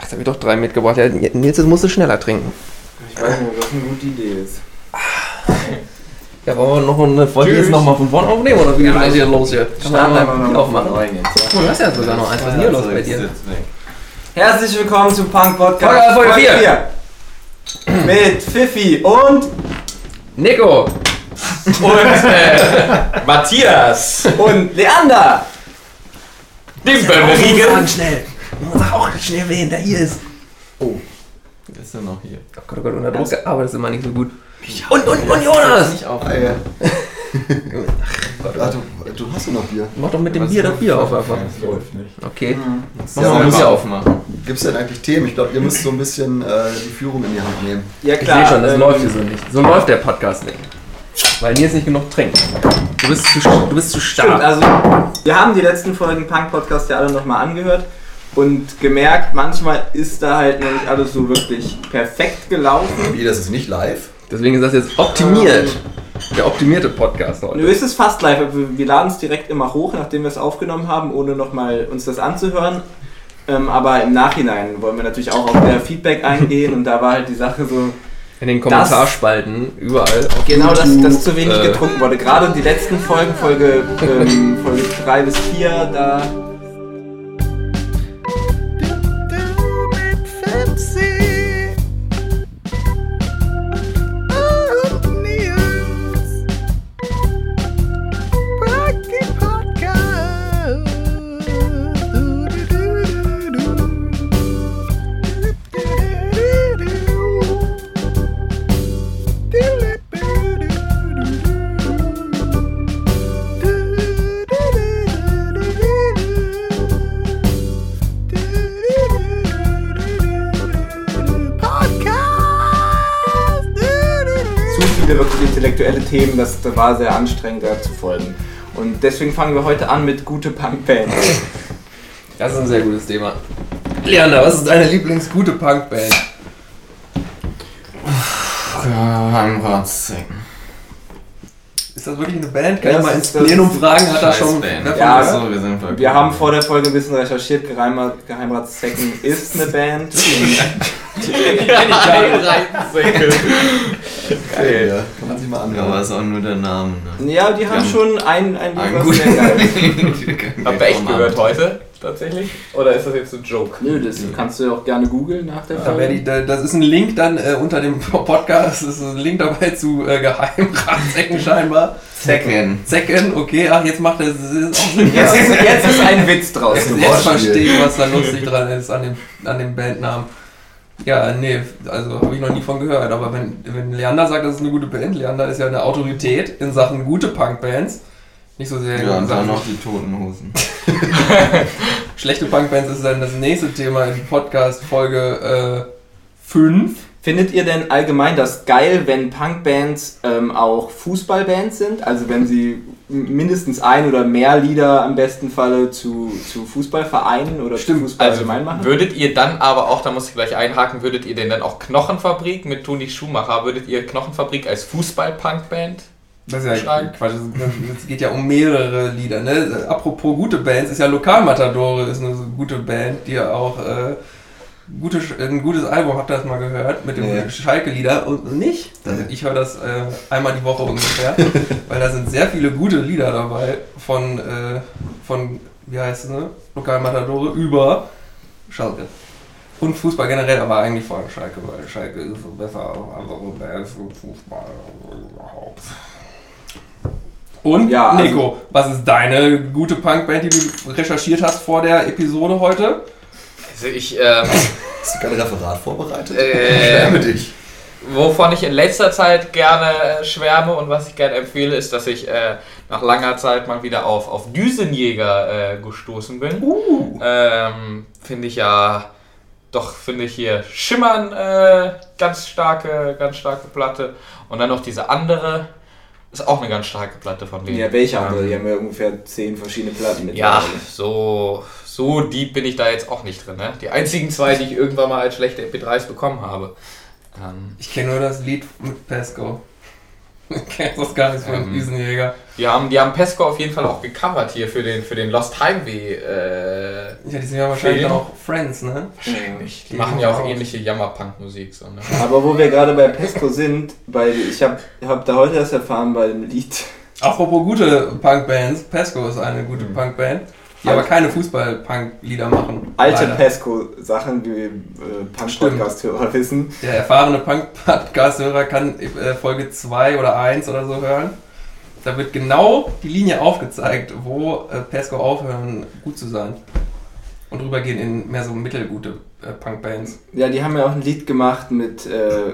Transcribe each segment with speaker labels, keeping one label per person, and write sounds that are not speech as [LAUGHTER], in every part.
Speaker 1: Jetzt habe ich doch drei mitgebracht. Ja, Nils, jetzt musst du schneller trinken.
Speaker 2: Ich weiß nicht, ob das eine gute Idee ist.
Speaker 1: Ja, wollen wir noch eine Folge
Speaker 2: Tschüss.
Speaker 1: jetzt nochmal von vorne aufnehmen oder wie geht das hier los hier? Kann man
Speaker 2: Starten wir
Speaker 1: mal
Speaker 2: mal
Speaker 1: Bier aufmachen?
Speaker 2: rein jetzt.
Speaker 1: Cool, das ist ja sogar noch eins. Was ist hier los bei dir?
Speaker 2: Herzlich willkommen zum Punk
Speaker 1: Folge-
Speaker 2: Podcast.
Speaker 1: Folge
Speaker 2: vier. Mit Fifi und,
Speaker 1: Nico!
Speaker 2: und,
Speaker 3: Matthias!
Speaker 2: und Leander.
Speaker 3: Dem Böhmerigen!
Speaker 1: schnell! Man sagt auch schnell, wer hinter hier ist.
Speaker 3: Ist er noch hier?
Speaker 1: Oh Gott, oh Gott, unter Druck gearbeitet ist immer nicht so gut. Und, und, und Jonas!
Speaker 3: Nicht auf.
Speaker 4: Ah,
Speaker 3: [LAUGHS]
Speaker 4: ja.
Speaker 1: Gott, oh
Speaker 4: Ah,
Speaker 1: Gott.
Speaker 4: du, du hast ja noch Bier.
Speaker 1: Mach doch mit dem Bier das Bier auf einfach. Okay.
Speaker 3: Ja,
Speaker 4: Ja,
Speaker 3: man
Speaker 4: aber
Speaker 3: muss ja aufmachen.
Speaker 4: Gibt's denn eigentlich Themen? Ich glaube, ihr müsst so ein bisschen äh, die Führung in die Hand nehmen.
Speaker 2: Ja ähm,
Speaker 1: Ich sehe schon, das läuft hier so nicht. So läuft der Podcast nicht. Weil Nils nicht genug trinkt. Du bist zu, du bist zu
Speaker 2: Stimmt,
Speaker 1: stark.
Speaker 2: also wir haben die letzten Folgen Punk-Podcast ja alle nochmal angehört und gemerkt, manchmal ist da halt noch nicht alles so wirklich perfekt gelaufen.
Speaker 4: Wie, das ist nicht live?
Speaker 1: Deswegen ist das jetzt optimiert. Der optimierte Podcast heute.
Speaker 2: Nö, es ist fast live, aber wir, wir laden es direkt immer hoch, nachdem wir es aufgenommen haben, ohne nochmal uns das anzuhören. Ähm, aber im Nachhinein wollen wir natürlich auch auf der Feedback eingehen und da war halt die Sache so,
Speaker 1: In den Kommentarspalten, überall. Auf
Speaker 2: genau, dass,
Speaker 1: YouTube,
Speaker 2: dass zu wenig
Speaker 1: äh,
Speaker 2: getrunken wurde. Gerade die letzten Folgen, Folge 3 ähm, Folge drei bis 4, da...
Speaker 5: Oh,
Speaker 2: zu viele wirklich intellektuelle Themen, das das war sehr anstrengend da zu folgen. Und deswegen fangen wir heute an mit gute Punkbands.
Speaker 1: Das ist ein sehr gutes Thema. Leander, was ist deine Lieblingsgute Punkband?
Speaker 3: Heimratssingen.
Speaker 1: Ist das wirklich eine Band?
Speaker 2: Kann Ja, ich mal das ins ist- das Plenum ist-
Speaker 1: um fragen,
Speaker 2: Ja,
Speaker 3: Ja,
Speaker 2: [LAUGHS]
Speaker 3: so, wir sind voll
Speaker 2: Wir haben vor der Folge ein bisschen recherchiert, Geheimer, Geheimratszecken ist eine Band.
Speaker 4: Geil. Ja, kann man sich mal anhören. Hm,
Speaker 3: Aber ist auch nur der Name, ne? Ah,
Speaker 2: Ja, die haben
Speaker 3: Ja.
Speaker 2: schon ein, ein Lied,
Speaker 3: Ein
Speaker 2: was sehr
Speaker 3: [LAUGHS]
Speaker 2: geil ist.
Speaker 3: gut.
Speaker 5: Habt ihr echt gehört heute? Tatsächlich? Oder ist das jetzt ein Joke?
Speaker 2: Nö, das [LAUGHS] kannst du ja auch gerne googeln nach der
Speaker 1: Da werde ich,
Speaker 2: Folge.
Speaker 1: da, das ist ein Link dann äh, unter dem [LAUGHS] Podcast, das ist ein Link dabei zu äh, Geheimratsecken scheinbar.
Speaker 3: Second.
Speaker 1: Zecken, okay, ach jetzt macht er das ist auch
Speaker 2: Jetzt
Speaker 1: jetzt,
Speaker 2: ist, jetzt ist ein Witz draus.
Speaker 1: [LAUGHS] jetzt verstehe ich, was da lustig dran ist an dem, an dem Bandnamen. Ja, nee, also habe ich noch nie von gehört, aber wenn, wenn Leander sagt, das ist eine gute Band, Leander ist ja eine Autorität in Sachen gute Punkbands. Nicht so sehr
Speaker 3: Ja,
Speaker 1: in
Speaker 3: und
Speaker 1: Sachen
Speaker 3: dann noch die Toten Hosen.
Speaker 1: schlechte Punkbands ist dann das nächste Thema in Podcast Folge äh, 5.
Speaker 2: Findet ihr denn allgemein das geil, wenn Punkbands ähm, auch Fußballbands sind? Also wenn sie m- mindestens ein oder mehr Lieder am besten Falle zu, zu Fußballvereinen oder zu Fußball
Speaker 5: Also
Speaker 2: allgemein machen?
Speaker 5: würdet ihr dann aber auch, da muss ich gleich einhaken, würdet ihr denn dann auch Knochenfabrik mit Toni Schumacher, würdet ihr Knochenfabrik als Fußball-Punk-Band?
Speaker 1: Das ist ja
Speaker 5: Schlag.
Speaker 1: Quatsch, es- es geht ja um mehrere Lieder, ne? Apropos gute Bands, ist ja Lokalmatadore ist eine so gute Band, die ja auch äh, gute, Sch- ein gutes Album, habt ihr das mal gehört, mit dem
Speaker 4: Nee.
Speaker 1: Schalke-Lieder und nicht. Also ich höre das äh, einmal die Woche ungefähr, weil da sind sehr viele gute Lieder dabei von, äh, von wie heißt es, ne? Lokalmatadore über Schalke. Und Fußball generell, aber eigentlich vor allem Schalke, weil Schalke ist so besser als andere Bands und Fußball überhaupt. Und
Speaker 2: Ja, also-
Speaker 1: Nico, was ist deine gute Punkband, die du recherchiert hast vor der Episode heute?
Speaker 5: Also ich, ähm,
Speaker 4: Hast du kein Referat vorbereitet?
Speaker 5: Äh.
Speaker 4: Schäme dich.
Speaker 5: wovon ich in letzter Zeit gerne äh, schwärme und was ich gerne empfehle, ist, dass ich äh, nach langer Zeit mal wieder auf, auf Düsenjäger äh, gestoßen bin.
Speaker 2: Uh.
Speaker 5: Ähm, finde ich ja, doch finde ich hier Schimmern äh, ganz starke, ganz starke Platte. Und dann noch diese andere, ist auch eine ganz starke Platte von denen.
Speaker 2: ja, welche andere? Die
Speaker 5: Ähm,
Speaker 2: haben ja ungefähr zehn verschiedene Platten mit.
Speaker 5: ja, so, so deep bin ich da jetzt auch nicht drin. Ne? Die einzigen zwei, die ich irgendwann mal als schlechte MP3s bekommen habe. Ähm,
Speaker 1: Ich kenne nur das Lied mit Pesco. [LAUGHS] Kennst das gar nicht von
Speaker 5: Ähm.
Speaker 1: Wiesenjäger.
Speaker 5: Die haben, die haben Pesco auf jeden Fall auch gecovert hier für den, für den Lost Highway. Äh,
Speaker 1: Ja, die sind ja wahrscheinlich
Speaker 5: Film.
Speaker 1: dann auch Friends, ne?
Speaker 5: wahrscheinlich. Die
Speaker 1: Die
Speaker 5: machen ja auch
Speaker 1: auch.
Speaker 5: ähnliche Jammerpunk-Musik. So, ne?
Speaker 2: Aber wo wir gerade bei Pesco sind, bei, ich habe hab da heute erst erfahren bei dem Lied.
Speaker 1: Apropos gute Punkbands, Pesco ist eine gute
Speaker 2: Mhm.
Speaker 1: Punkband, die aber keine Fußball-Punk-Lieder machen.
Speaker 2: Alte
Speaker 1: Leider.
Speaker 2: Pesco-Sachen, wie äh, Punk-Podcast-Hörer wissen.
Speaker 1: Der erfahrene Punk-Podcast-Hörer kann äh, Folge 2 oder 1 oder so hören. Da wird genau die Linie aufgezeigt, wo äh, Pesco aufhören, gut zu sein. Und rübergehen in mehr so mittelgute äh, Punkbands.
Speaker 2: Ja, die haben ja auch ein Lied gemacht mit äh,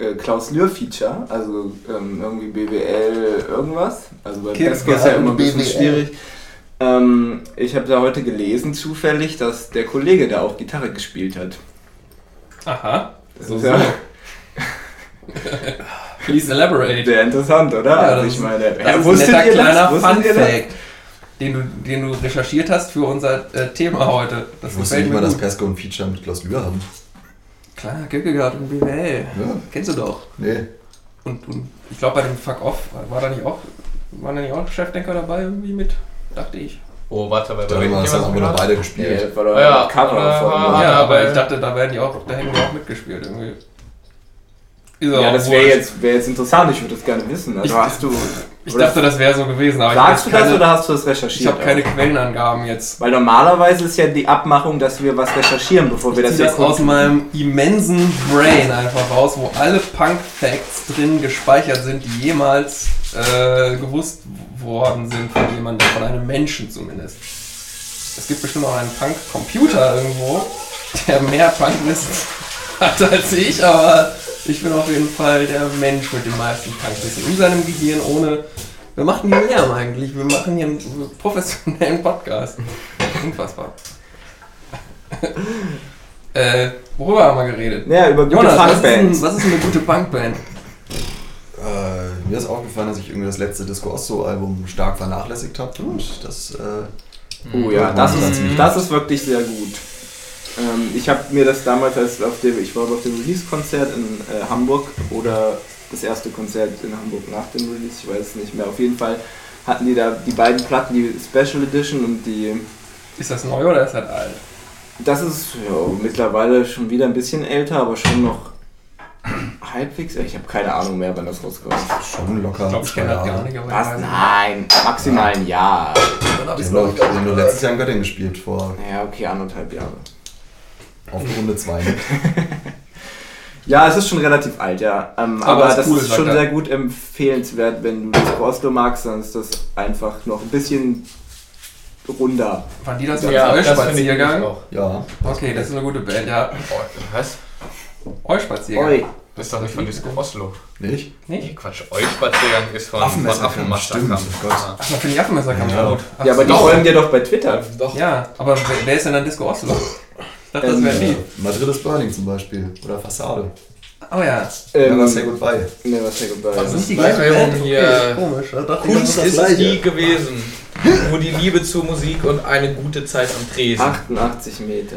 Speaker 2: äh, Klaus Lühr-Feature, also ähm, irgendwie BWL irgendwas. Also bei
Speaker 1: Kids
Speaker 2: Pesco ist ja
Speaker 1: Garden
Speaker 2: immer ein bisschen
Speaker 1: BWL.
Speaker 2: schwierig. Ähm, ich habe da heute gelesen, zufällig, dass der Kollege da auch Gitarre gespielt hat.
Speaker 1: Aha. So,
Speaker 2: Ja. [LAUGHS]
Speaker 1: so. Please elaborate.
Speaker 2: Sehr interessant, oder?
Speaker 1: Ja,
Speaker 2: also
Speaker 1: das
Speaker 2: ich
Speaker 1: ist-
Speaker 2: meine,
Speaker 1: Das ist ein
Speaker 2: wusstet
Speaker 1: netter
Speaker 2: ihr das?
Speaker 1: kleiner
Speaker 2: Wusstet
Speaker 1: Fun
Speaker 2: ihr das?
Speaker 1: Fact, den du, den du recherchiert hast für unser äh, Thema heute. Das
Speaker 3: Ich wusste
Speaker 1: gefällt
Speaker 3: nicht mal,
Speaker 1: mir
Speaker 3: dass
Speaker 1: gut.
Speaker 3: Pesco ein Feature mit Klaus Lühr haben.
Speaker 1: Klar, Kierkegaard und BWL.
Speaker 3: Ja,
Speaker 1: Kennst du doch.
Speaker 3: nee.
Speaker 1: Und, und ich glaube, bei dem Fuck Off war da nicht auch, war da nicht auch ein Chefdenker dabei irgendwie mit? Dachte ich.
Speaker 5: Oh, warte, bei
Speaker 3: Darüber haben wir aber noch beide gespielt.
Speaker 2: das war doch ein
Speaker 5: Ja,
Speaker 2: Cover
Speaker 5: äh,
Speaker 2: von.
Speaker 5: Ah,
Speaker 1: ja, aber
Speaker 5: aber-
Speaker 1: ich dachte, da werden die auch, da hätten die auch mitgespielt irgendwie. Ist
Speaker 2: Ja,
Speaker 1: auch
Speaker 2: das
Speaker 1: wurscht.
Speaker 2: wäre jetzt, wär jetzt interessant, ich würde das gerne wissen. Also
Speaker 1: Ich-
Speaker 2: hast du,
Speaker 1: Ich dachte, das wäre so gewesen, aber
Speaker 2: sagst du
Speaker 1: ich, hab
Speaker 2: das
Speaker 1: keine,
Speaker 2: oder hast du das
Speaker 1: ich
Speaker 2: recherchiert?
Speaker 1: habe keine Quellenangaben jetzt.
Speaker 2: Weil normalerweise ist ja die Abmachung, dass wir was recherchieren, bevor wir
Speaker 1: Ich
Speaker 2: das
Speaker 1: ziehe
Speaker 2: hier
Speaker 1: das aus
Speaker 2: gucken.
Speaker 1: meinem immensen Brain einfach raus, wo alle Punk-Facts drin gespeichert sind, die jemals äh, gewusst worden sind von jemandem, von einem Menschen zumindest. Es gibt bestimmt auch einen Punk-Computer irgendwo, der mehr Punk-Wissen [LAUGHS] hat als ich, aber ich bin auf jeden Fall der Mensch mit dem meisten Punk-Wissen in seinem Gehirn ohne... Wir machen hier Lärm eigentlich, wir machen hier einen professionellen Podcast. Unfassbar. [LAUGHS] Äh, worüber haben wir geredet?
Speaker 2: Ja, über gute
Speaker 1: Jonas, was ist,
Speaker 2: Funkbands.
Speaker 1: denn, was ist denn eine gute Punkband?
Speaker 3: Äh, mir ist aufgefallen, dass ich irgendwie das letzte Disco Osso-Album stark vernachlässigt habe. Und das, äh,
Speaker 2: Oh ja,
Speaker 3: Mhm.
Speaker 2: das ist,
Speaker 3: Mhm.
Speaker 2: das ist wirklich sehr gut. Ähm, ich habe mir das damals, als auf dem, ich war auf dem Release-Konzert in äh, Hamburg oder das erste Konzert in Hamburg nach dem Release, ich weiß es nicht mehr. Auf jeden Fall hatten die da die beiden Platten, die Special Edition und die.
Speaker 1: Ist das neu oder ist das alt?
Speaker 2: Das ist ja, mittlerweile schon wieder ein bisschen älter, aber schon noch halbwegs. Ich habe keine Ahnung mehr, wann das rauskommt.
Speaker 3: schon locker.
Speaker 1: Ich glaube, ich kenne das gar nicht, aber
Speaker 2: Was?
Speaker 1: ich weiß
Speaker 2: Nein, maximal ein Jahr.
Speaker 1: Dann hab
Speaker 3: Die
Speaker 1: ich's
Speaker 3: haben
Speaker 1: noch.
Speaker 3: doch- die haben nur letztes Jahr in Göttingen gespielt, vor
Speaker 2: Ja, okay, anderthalb Jahre.
Speaker 3: auf Runde 2.
Speaker 2: Ja, es ist schon relativ alt, ja. Ähm,
Speaker 1: Aber
Speaker 2: aber
Speaker 1: ist
Speaker 2: das
Speaker 1: cool,
Speaker 2: ist
Speaker 1: sagt
Speaker 2: schon
Speaker 1: er.
Speaker 2: sehr gut empfehlenswert, wenn du das Corsto magst, dann ist das einfach noch ein bisschen runder.
Speaker 1: Waren die das mit
Speaker 5: Ja, das finde ich nämlich
Speaker 1: Euspaziergang?
Speaker 5: auch.
Speaker 3: Ja.
Speaker 1: Okay, das ist eine gute Band, ja.
Speaker 5: Oh, Was?
Speaker 1: Euspaziergang.
Speaker 2: Oi.
Speaker 5: Das ist doch nicht von Disco Oslo.
Speaker 3: Nicht?
Speaker 1: Nicht?
Speaker 5: Nee, Quatsch. Euspaziergang ist von
Speaker 3: Affenmesser-
Speaker 5: von Affenmassaker.
Speaker 3: stimmt, oh Gott.
Speaker 5: Ja.
Speaker 1: Ach, für die Affenmesser kam
Speaker 3: Ja.
Speaker 1: gut. Ach
Speaker 2: Ja, aber die
Speaker 1: so.
Speaker 2: folgen dir doch bei Twitter.
Speaker 5: Also Doch.
Speaker 1: Ja, aber wer, wer ist denn dann Disco Oslo? Ich dachte, das wäre
Speaker 3: Äh,
Speaker 1: die.
Speaker 3: Madrid is Burning zum Beispiel. Oder Fassade.
Speaker 1: Oh ja.
Speaker 3: Ja,
Speaker 2: Ähm,
Speaker 3: das ist ja gut bei.
Speaker 2: nee, was ist denn
Speaker 1: Das
Speaker 2: dabei?
Speaker 1: ist die
Speaker 5: Bleiben
Speaker 1: gleiche
Speaker 5: wir
Speaker 1: Band.
Speaker 5: oben
Speaker 3: äh,
Speaker 5: hier.
Speaker 1: Komisch. Da dachte ich, das
Speaker 5: Kunst
Speaker 1: ist-
Speaker 5: ist die gewesen, wo die Liebe zur Musik und eine gute Zeit am Tresen.
Speaker 2: 88 Meter.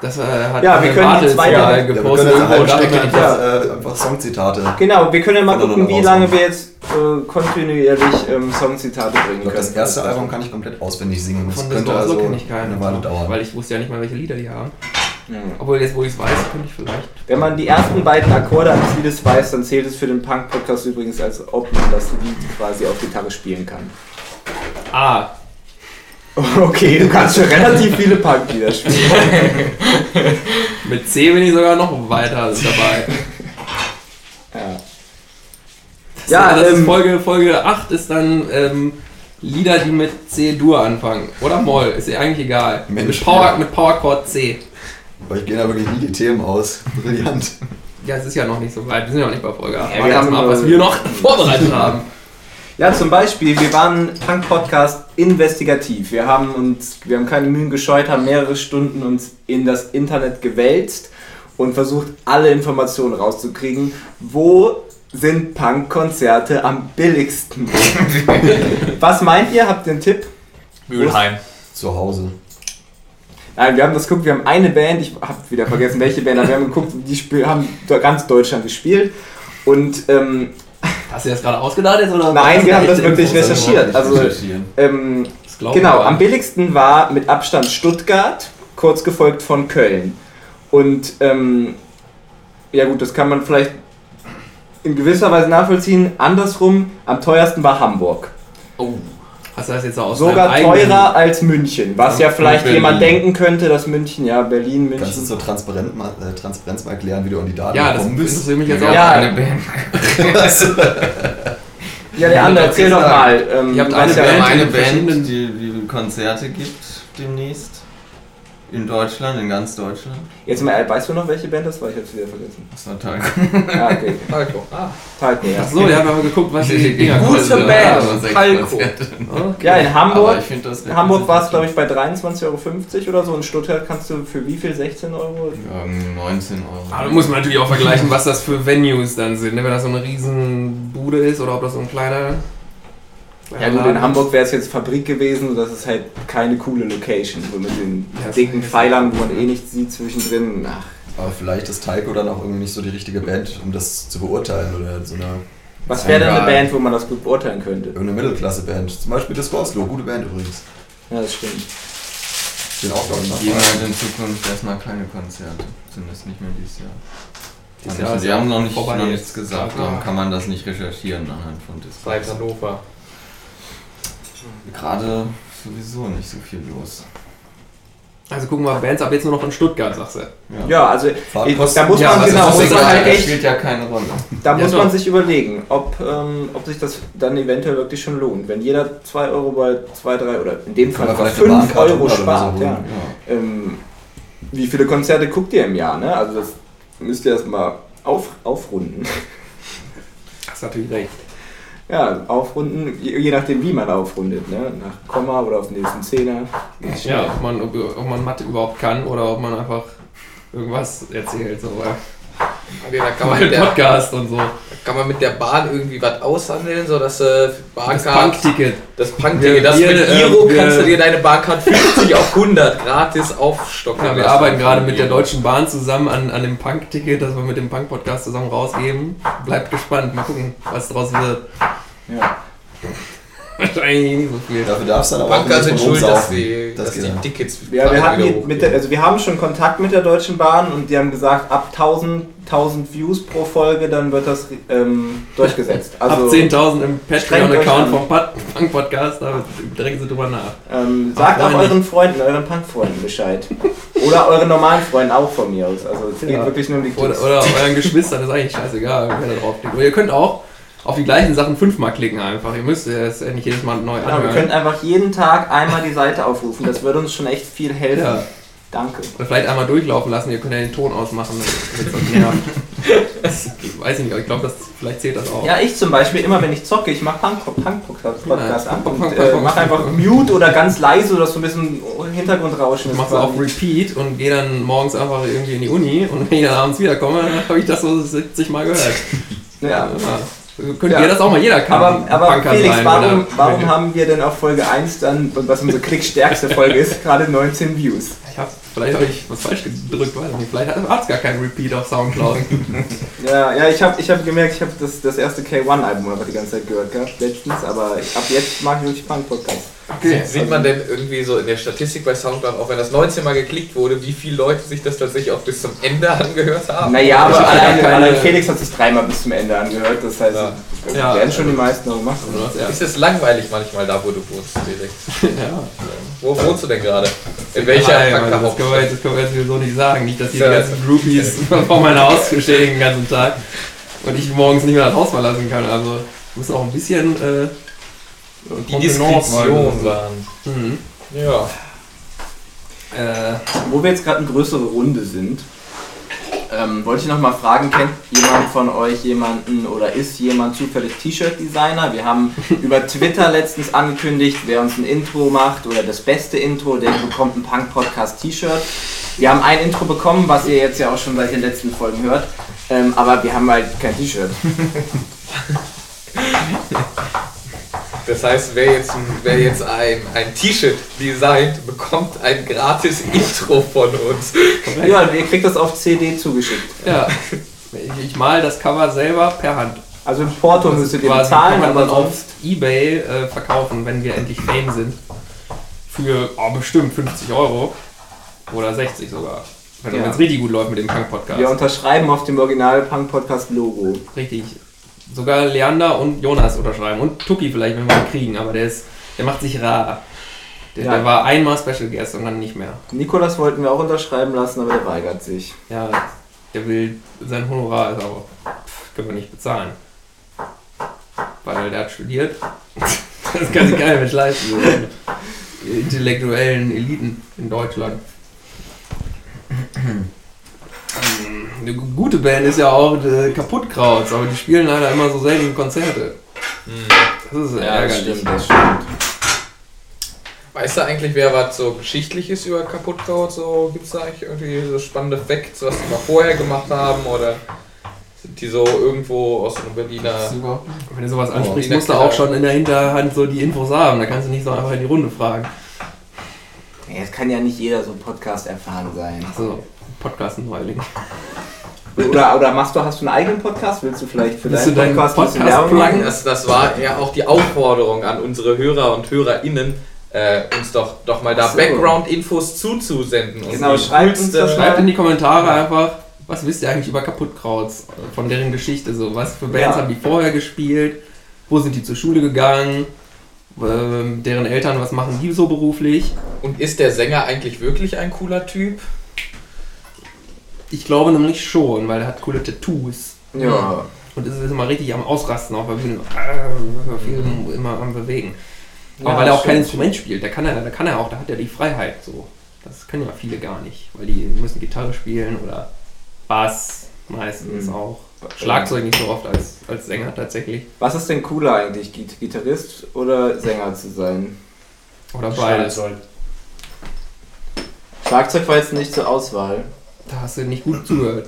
Speaker 1: Das äh, hat
Speaker 2: Ja, wir
Speaker 1: Jürgen
Speaker 2: können die
Speaker 1: Bartels mal
Speaker 2: zweite- Ja,
Speaker 3: Ja, wir können
Speaker 1: gepostet.
Speaker 3: jetzt halt
Speaker 1: Oh,
Speaker 3: einfach,
Speaker 1: damit
Speaker 3: einfach,
Speaker 1: bin ich
Speaker 2: Ja.
Speaker 3: äh, einfach Songzitate.
Speaker 2: Genau, wir können ja mal
Speaker 3: Voneinander
Speaker 2: gucken, wie
Speaker 3: rauskommen.
Speaker 2: lange wir jetzt äh, kontinuierlich ähm, Songzitate bringen
Speaker 3: Ich
Speaker 2: können.
Speaker 3: glaube, das erste Album kann ich komplett auswendig singen. Das
Speaker 1: Von
Speaker 3: könnte
Speaker 1: Disco Oslo
Speaker 3: also
Speaker 1: kenne ich keinen.
Speaker 3: eine Weile dauern.
Speaker 1: Weil ich wusste ja nicht mal, welche Lieder die haben.
Speaker 2: Ja.
Speaker 1: Obwohl, jetzt wo ich es weiß, könnte ich vielleicht.
Speaker 2: Wenn man die ersten beiden Akkorde eines Liedes weiß, dann zählt es für den Punk-Podcast übrigens, als ob man das Lied quasi auf Gitarre spielen kann.
Speaker 1: Ah,
Speaker 2: [LAUGHS] Okay, du kannst schon relativ viele Punk-Lieder spielen.
Speaker 1: Mit C bin ich sogar noch weiter [LAUGHS] dabei.
Speaker 2: Ja.
Speaker 1: Ja,
Speaker 2: Ja,
Speaker 1: das ist
Speaker 2: ähm,
Speaker 1: Folge, Folge 8 ist dann ähm, Lieder, die mit C-Dur anfangen. Oder Moll, ist ja eigentlich egal.
Speaker 3: Mensch,
Speaker 1: mit Power,
Speaker 3: ja.
Speaker 1: mit Powerchord C.
Speaker 3: Weil ich gehe da wirklich nie die Themen aus. Brillant.
Speaker 1: Ja, es ist ja noch nicht so weit. Wir sind ja noch nicht bei Folge 8.
Speaker 2: Ja,
Speaker 1: Warte
Speaker 2: wir
Speaker 1: erst
Speaker 2: haben
Speaker 1: mal, ab, was
Speaker 2: nur-
Speaker 1: wir noch [LAUGHS] vorbereitet haben.
Speaker 2: ja, zum Beispiel, wir waren Punk-Podcast investigativ. Wir haben uns, wir haben keine Mühen gescheut, haben mehrere Stunden uns in das Internet gewälzt und versucht, alle Informationen rauszukriegen. Wo sind Punk-Konzerte am billigsten? Was meint ihr? Habt ihr einen Tipp?
Speaker 5: Mülheim.
Speaker 3: Zu Hause.
Speaker 2: Nein, wir haben das geguckt, wir haben eine Band, ich habe wieder vergessen, welche Band, aber wir haben geguckt, die spiel, haben do- ganz Deutschland gespielt Und ähm,
Speaker 1: Hast du dir das gerade ausgedacht jetzt? Oder
Speaker 2: nein, wir haben das
Speaker 1: Echt
Speaker 2: wirklich
Speaker 1: Infos?
Speaker 2: recherchiert. Also ähm,
Speaker 1: Das glauben
Speaker 2: Genau,
Speaker 1: wir.
Speaker 2: am billigsten war mit Abstand Stuttgart, kurz gefolgt von Köln. Und ähm, ja gut, das kann man vielleicht in gewisser Weise nachvollziehen. Andersrum, am teuersten war Hamburg.
Speaker 1: Oh, hast du das jetzt auch aus
Speaker 2: Sogar
Speaker 1: deinem eigenen-
Speaker 2: teurer als München, was ja
Speaker 1: Und
Speaker 2: vielleicht
Speaker 1: Berlin.
Speaker 2: jemand denken könnte, dass München, ja, Berlin,
Speaker 3: Kannst du
Speaker 2: München.
Speaker 3: zur Transparenz mal, äh, Transparenz mal erklären, wie du an die Daten
Speaker 1: Ja, das
Speaker 3: gekommen [LAUGHS] bist? Also,
Speaker 1: interessiert mich jetzt auch.
Speaker 2: Ja.
Speaker 5: eine Band.
Speaker 2: Ja, Leander,
Speaker 1: Ich hab
Speaker 2: erzähl
Speaker 1: doch
Speaker 2: doch
Speaker 1: gesagt,
Speaker 2: mal. Ähm,
Speaker 1: ihr habt
Speaker 2: was
Speaker 1: eine
Speaker 2: ja-
Speaker 1: Band,
Speaker 6: Wir haben eine
Speaker 1: in verschiedenen-
Speaker 6: Band, die, die Konzerte gibt demnächst. In Deutschland, in ganz Deutschland.
Speaker 2: Jetzt mal, äh, weißt du noch, welche Band das war? Ich hab's wieder vergessen.
Speaker 6: Das ist total
Speaker 2: Ah, okay.
Speaker 5: Falco. Ah.
Speaker 2: Talco, ja.
Speaker 1: Ach so, ihr habt aber geguckt, was die
Speaker 6: [LAUGHS]
Speaker 1: Dinger
Speaker 5: Gute
Speaker 1: kosten.
Speaker 5: Band,
Speaker 1: Also,
Speaker 5: Falco.
Speaker 1: okay.
Speaker 2: Ja, in Hamburg.
Speaker 6: ich finde das
Speaker 2: In Hamburg war es, glaube ich, bei 23,50 Euro oder so. In Stuttgart kannst du für wie viel? 16 Euro?
Speaker 6: Ja, 19 Ähm, Euro.
Speaker 1: Aber Ah, da muss man natürlich auch vergleichen, was das für Venues dann sind. ne? Wenn das so eine riesen Bude ist oder ob das so ein kleiner. kleiner
Speaker 2: Ja gut,
Speaker 1: Laden
Speaker 2: in
Speaker 1: ist.
Speaker 2: Hamburg wäre es jetzt Fabrik gewesen und das ist halt keine coole Location. So mit den
Speaker 1: Ja,
Speaker 2: dicken
Speaker 1: das-
Speaker 2: Pfeilern, wo man eh nichts sieht zwischendrin. Ach,
Speaker 3: Aber vielleicht ist Taiko dann auch irgendwie nicht so die richtige Band, um das zu beurteilen. Oder so eine,
Speaker 2: was wäre denn eine
Speaker 6: Ja.
Speaker 2: Band, wo man das gut beurteilen könnte?
Speaker 3: irgendeine Mittelklasse-Band. Zum Beispiel Disco Oslo, gute Band übrigens.
Speaker 2: Ja, das stimmt.
Speaker 3: Den auch noch
Speaker 6: Die geben halt
Speaker 3: nach.
Speaker 6: in Zukunft erstmal keine Konzerte. Zumindest nicht mehr dieses Jahr.
Speaker 1: Dieses
Speaker 6: Die
Speaker 1: Jahr
Speaker 6: haben,
Speaker 1: ist
Speaker 6: die haben noch, nicht,
Speaker 1: vorbei
Speaker 6: noch
Speaker 1: jetzt.
Speaker 6: nichts gesagt, darum kann man das nicht recherchieren anhand von
Speaker 5: Seit
Speaker 6: Discord.
Speaker 5: Hannover.
Speaker 6: Gerade sowieso nicht so viel los.
Speaker 1: Also gucken wir Bands ab jetzt nur noch in Stuttgart, sagst du.
Speaker 2: Ja, also
Speaker 3: Fahrtkosten-
Speaker 2: ich- da muss
Speaker 1: Ja,
Speaker 2: man
Speaker 1: also
Speaker 2: genau,
Speaker 1: das
Speaker 2: muss
Speaker 1: ist
Speaker 2: man
Speaker 1: egal,
Speaker 2: halt
Speaker 6: das
Speaker 2: echt,
Speaker 6: spielt ja keine Rolle.
Speaker 2: da
Speaker 1: Ja,
Speaker 2: muss
Speaker 1: doch.
Speaker 2: man sich überlegen, ob, ähm, ob sich das dann eventuell wirklich schon lohnt. Wenn jeder 2 Euro bei 2, 3 oder in dem Fall
Speaker 3: Kann man vielleicht
Speaker 2: 5
Speaker 3: eine Bahnkarte
Speaker 2: Euro
Speaker 3: oder so
Speaker 2: spart,
Speaker 3: holen,
Speaker 2: ja.
Speaker 6: Ja.
Speaker 2: ähm, wie viele Konzerte guckt ihr im Jahr? Ne? Also das müsst ihr erstmal auf, aufrunden. [LAUGHS]
Speaker 1: Hast natürlich recht.
Speaker 2: Ja, aufrunden, je, je nachdem wie man aufrundet. Ne? Nach Komma oder auf den nächsten Zehner.
Speaker 1: Ja, ob man, ob, ob man Mathe überhaupt kann oder ob man einfach irgendwas erzählt. So, ja.
Speaker 5: Okay, da
Speaker 1: Mal
Speaker 5: kann man, mit
Speaker 1: einen
Speaker 5: der,
Speaker 1: Podcast und so.
Speaker 5: kann man mit der Bahn irgendwie was aushandeln, sodass äh,
Speaker 1: Das
Speaker 5: Bahncard,
Speaker 1: Punk-Ticket.
Speaker 5: das Punk-Ticket,
Speaker 1: Wir-
Speaker 5: das
Speaker 1: wir,
Speaker 5: mit Giro
Speaker 1: äh, wir-
Speaker 5: kannst du dir deine Bahncard 50 auf 100 gratis aufstocken.
Speaker 1: Ja, wir arbeiten gerade mit der Deutschen Bahn zusammen an, an dem Punk-Ticket, das wir mit dem Punk-Podcast zusammen rausgeben. Bleibt gespannt, mal gucken, was draus wird.
Speaker 2: Ja.
Speaker 1: Wahrscheinlich nicht so viel.
Speaker 3: Dafür darfst du dann aber auch
Speaker 5: Banker
Speaker 3: nicht
Speaker 5: sind
Speaker 3: von oben
Speaker 5: schuld, dass
Speaker 3: saufen.
Speaker 5: die,
Speaker 3: Das
Speaker 5: dass
Speaker 3: geht
Speaker 5: die
Speaker 3: ja.
Speaker 5: Tickets
Speaker 2: Ja, wir,
Speaker 5: wieder
Speaker 2: hatten
Speaker 5: hochgehen.
Speaker 2: jetzt mit der, also wir haben schon Kontakt mit der Deutschen Bahn und die haben gesagt, ab 1000, 1000 Views pro Folge, dann wird das ähm, durchgesetzt.
Speaker 1: [LAUGHS] Ab
Speaker 2: Also
Speaker 1: 10.000 im
Speaker 2: euch
Speaker 1: Patreon-Account
Speaker 2: an.
Speaker 1: vom Pat- Punk-Podcast, da denken sie drüber nach.
Speaker 2: ähm, sagt
Speaker 1: Ach,
Speaker 2: auch
Speaker 1: Freunde.
Speaker 2: euren Freunden, euren
Speaker 1: [LAUGHS]
Speaker 2: Punk-Freunden Bescheid. oder euren normalen Freunden auch von mir aus. Also es geht
Speaker 1: Ja.
Speaker 2: wirklich nur um die Klicks.
Speaker 1: Oder, oder euren Geschwistern, ist eigentlich scheißegal, wer da draufklickt. Oder ihr könnt auch auf die gleichen Sachen fünfmal klicken einfach. Ihr müsst es ja nicht jedes Mal neu
Speaker 2: Genau, wir
Speaker 1: anhören.
Speaker 2: können einfach jeden Tag einmal die Seite aufrufen. Das würde uns schon echt viel helfen.
Speaker 1: Ja.
Speaker 2: Danke.
Speaker 1: Oder vielleicht einmal durchlaufen lassen, ihr könnt ja den Ton ausmachen. wenn's euch
Speaker 2: [LAUGHS]
Speaker 1: nervt. Ich weiß nicht, aber ich glaube, das- vielleicht zählt das auch.
Speaker 2: Ja, ich zum Beispiel, immer wenn ich zocke, ich mache Punk-Podcast
Speaker 1: Ja.
Speaker 2: an und äh, mache einfach Mute oder ganz leise, sodass so ein bisschen
Speaker 1: Ich
Speaker 2: Hintergrundrauschen ist.
Speaker 1: mache es auf Repeat und gehe dann morgens einfach irgendwie in die Uni und wenn ich dann abends wiederkomme, dann habe ich das so 70 Mal gehört.
Speaker 2: Ja.
Speaker 1: Könnte
Speaker 2: Ja.
Speaker 1: ja das auch mal, jeder kann
Speaker 2: Aber, aber
Speaker 1: Punker
Speaker 2: Felix,
Speaker 1: sein,
Speaker 2: warum,
Speaker 1: oder-
Speaker 2: warum haben wir denn auf Folge 1 dann, was unsere klickstärkste Folge ist, gerade 19 Views?
Speaker 1: Ich hab, vielleicht habe ich was falsch gedrückt, weiß ich nicht. Vielleicht hat es gar keinen Repeat auf Soundcloud.
Speaker 2: Ja, ja ich habe ich hab gemerkt, ich habe das, das erste K1-Album einfach die ganze Zeit gehört gehabt, letztens, aber ab jetzt mag ich wirklich Punk-Podcast.
Speaker 1: Okay.
Speaker 5: Sieht man denn irgendwie so in der Statistik bei Soundcloud, auch wenn das 19 Mal geklickt wurde, wie viele Leute sich das tatsächlich auch bis zum Ende [LAUGHS] angehört haben?
Speaker 2: Naja,
Speaker 1: Ich
Speaker 2: aber
Speaker 1: hab ja
Speaker 2: allein,
Speaker 1: keine-
Speaker 2: allein Felix hat es dreimal bis zum Ende angehört, das heißt,
Speaker 5: Ja.
Speaker 2: wir
Speaker 1: Ja.
Speaker 2: werden schon die meisten noch gemacht. haben.
Speaker 1: Oder was, ja.
Speaker 5: Ist es langweilig manchmal da, wo du wohnst, Felix?
Speaker 1: Ja.
Speaker 5: Wo wohnst du denn gerade? In welcher
Speaker 1: Nein, Mann, das können wir
Speaker 5: Punkerhauptstadt?
Speaker 1: jetzt- das können wir jetzt sowieso nicht sagen. Nicht, dass hier die
Speaker 5: Ja.
Speaker 1: ganzen Groupies [LAUGHS] vor meiner Haustür stehen den ganzen Tag und ich morgens nicht mehr das Haus verlassen kann. Also ich muss auch ein bisschen äh,
Speaker 5: Die
Speaker 1: Kontenance walten.
Speaker 5: Diskretion waren.
Speaker 1: Mhm.
Speaker 5: Ja.
Speaker 1: Äh,
Speaker 2: Wo wir jetzt gerade eine größere Runde sind, ähm, wollte ich nochmal fragen, kennt jemand von euch jemanden oder ist jemand zufällig T-Shirt-Designer? Wir haben über Twitter letztens angekündigt, wer uns ein Intro macht oder das beste Intro, der bekommt ein Punk-Podcast-T-Shirt. Wir haben ein Intro bekommen, was ihr jetzt ja auch schon seit den letzten Folgen hört, ähm, aber wir haben halt kein T-Shirt.
Speaker 5: Das heißt, wer jetzt, wer jetzt ein, ein T-Shirt designt, bekommt ein gratis Intro von uns.
Speaker 2: Ja, ihr kriegt das auf CD zugeschickt.
Speaker 1: Ja. ich, ich mal das Cover selber per Hand.
Speaker 2: Also in Porto müsstet ihr
Speaker 1: Quasi kann
Speaker 2: bezahlen,
Speaker 1: man
Speaker 2: aber
Speaker 1: dann auf
Speaker 2: sonst
Speaker 1: Ebay äh, verkaufen, wenn wir endlich Fame sind. Für oh, bestimmt 50 Euro oder 60 sogar. Wenn
Speaker 2: Ja.
Speaker 1: es richtig gut läuft mit dem Punk-Podcast.
Speaker 2: wir unterschreiben auf dem Original Punk Podcast Logo.
Speaker 1: Richtig. Sogar Leander und Jonas unterschreiben. Und Tuki vielleicht, wenn wir ihn kriegen, aber der ist, der macht sich rar. Der,
Speaker 2: Ja.
Speaker 1: der war einmal Special Guest und dann nicht mehr.
Speaker 2: Nikolas wollten wir auch unterschreiben lassen, aber der weigert sich.
Speaker 1: Ja, der will sein Honorar, ist aber pff, können wir nicht bezahlen. Weil der hat studiert. [LAUGHS] Das kann sich keiner mehr leisten. so eine Intellektuellen Eliten in Deutschland. Ähm, Eine gu- gute Band ist ja auch äh, Kaputtkrauts, aber die spielen leider immer so selten Konzerte.
Speaker 5: Hm.
Speaker 1: Das ist ärgerlich.
Speaker 2: das stimmt.
Speaker 5: Weißt du eigentlich, wer was so Geschichtliches über Kaputtkraut? So gibt's da eigentlich irgendwie so spannende Facts, was die mal vorher gemacht haben oder sind die so irgendwo aus einem Berliner?
Speaker 1: Super. Wenn du sowas
Speaker 5: Oh,
Speaker 1: ansprichst,
Speaker 5: der
Speaker 1: musst du
Speaker 5: Killer.
Speaker 1: auch schon in der Hinterhand so die Infos haben. Da kannst du nicht so einfach in die Runde fragen.
Speaker 2: Ja, es kann ja nicht jeder so ein Podcast erfahren sein.
Speaker 1: Also, Podcast-Neuling.
Speaker 2: Oder, oder machst du, hast du einen eigenen Podcast? Willst du vielleicht für
Speaker 1: Willst
Speaker 2: deinen
Speaker 1: du deinen
Speaker 2: Podcast, ein bisschen
Speaker 1: Podcast
Speaker 2: Werbung machen?
Speaker 1: pluggen?
Speaker 5: Das, das war ja auch die Aufforderung an unsere Hörer und HörerInnen, äh, uns doch, doch mal da
Speaker 2: Ach so.
Speaker 5: Background-Infos zuzusenden. Und
Speaker 2: Genau,
Speaker 5: die
Speaker 2: schreibt uns
Speaker 5: coolste-
Speaker 2: das mal.
Speaker 1: Schreibt in die Kommentare einfach, was wisst ihr eigentlich über Kaputtkrauts, von deren Geschichte so, was für Bands
Speaker 2: Ja.
Speaker 1: haben die vorher gespielt, wo sind die zur Schule gegangen, ähm, deren Eltern, was machen die so beruflich.
Speaker 5: Und ist der Sänger eigentlich wirklich ein cooler Typ?
Speaker 1: Ich glaube nämlich schon, weil er hat coole Tattoos
Speaker 2: Ja.
Speaker 1: und ist immer richtig am Ausrasten, auch bei Bühnen, äh, viel immer am Bewegen. Aber
Speaker 2: Ja,
Speaker 1: weil er auch kein
Speaker 2: stimmt.
Speaker 1: Instrument spielt, da kann er, da kann er auch, da hat er die Freiheit so. Das können ja viele gar nicht, weil die müssen Gitarre spielen oder Bass meistens
Speaker 2: Mhm.
Speaker 1: auch. Schlagzeug nicht so oft als, als Sänger tatsächlich.
Speaker 2: Was ist denn cooler eigentlich, Git- Gitarrist oder Sänger zu sein?
Speaker 1: Oder beides.
Speaker 2: Schlagzeug war jetzt nicht zur Auswahl.
Speaker 1: Da hast du nicht gut
Speaker 7: [LAUGHS]
Speaker 1: zugehört.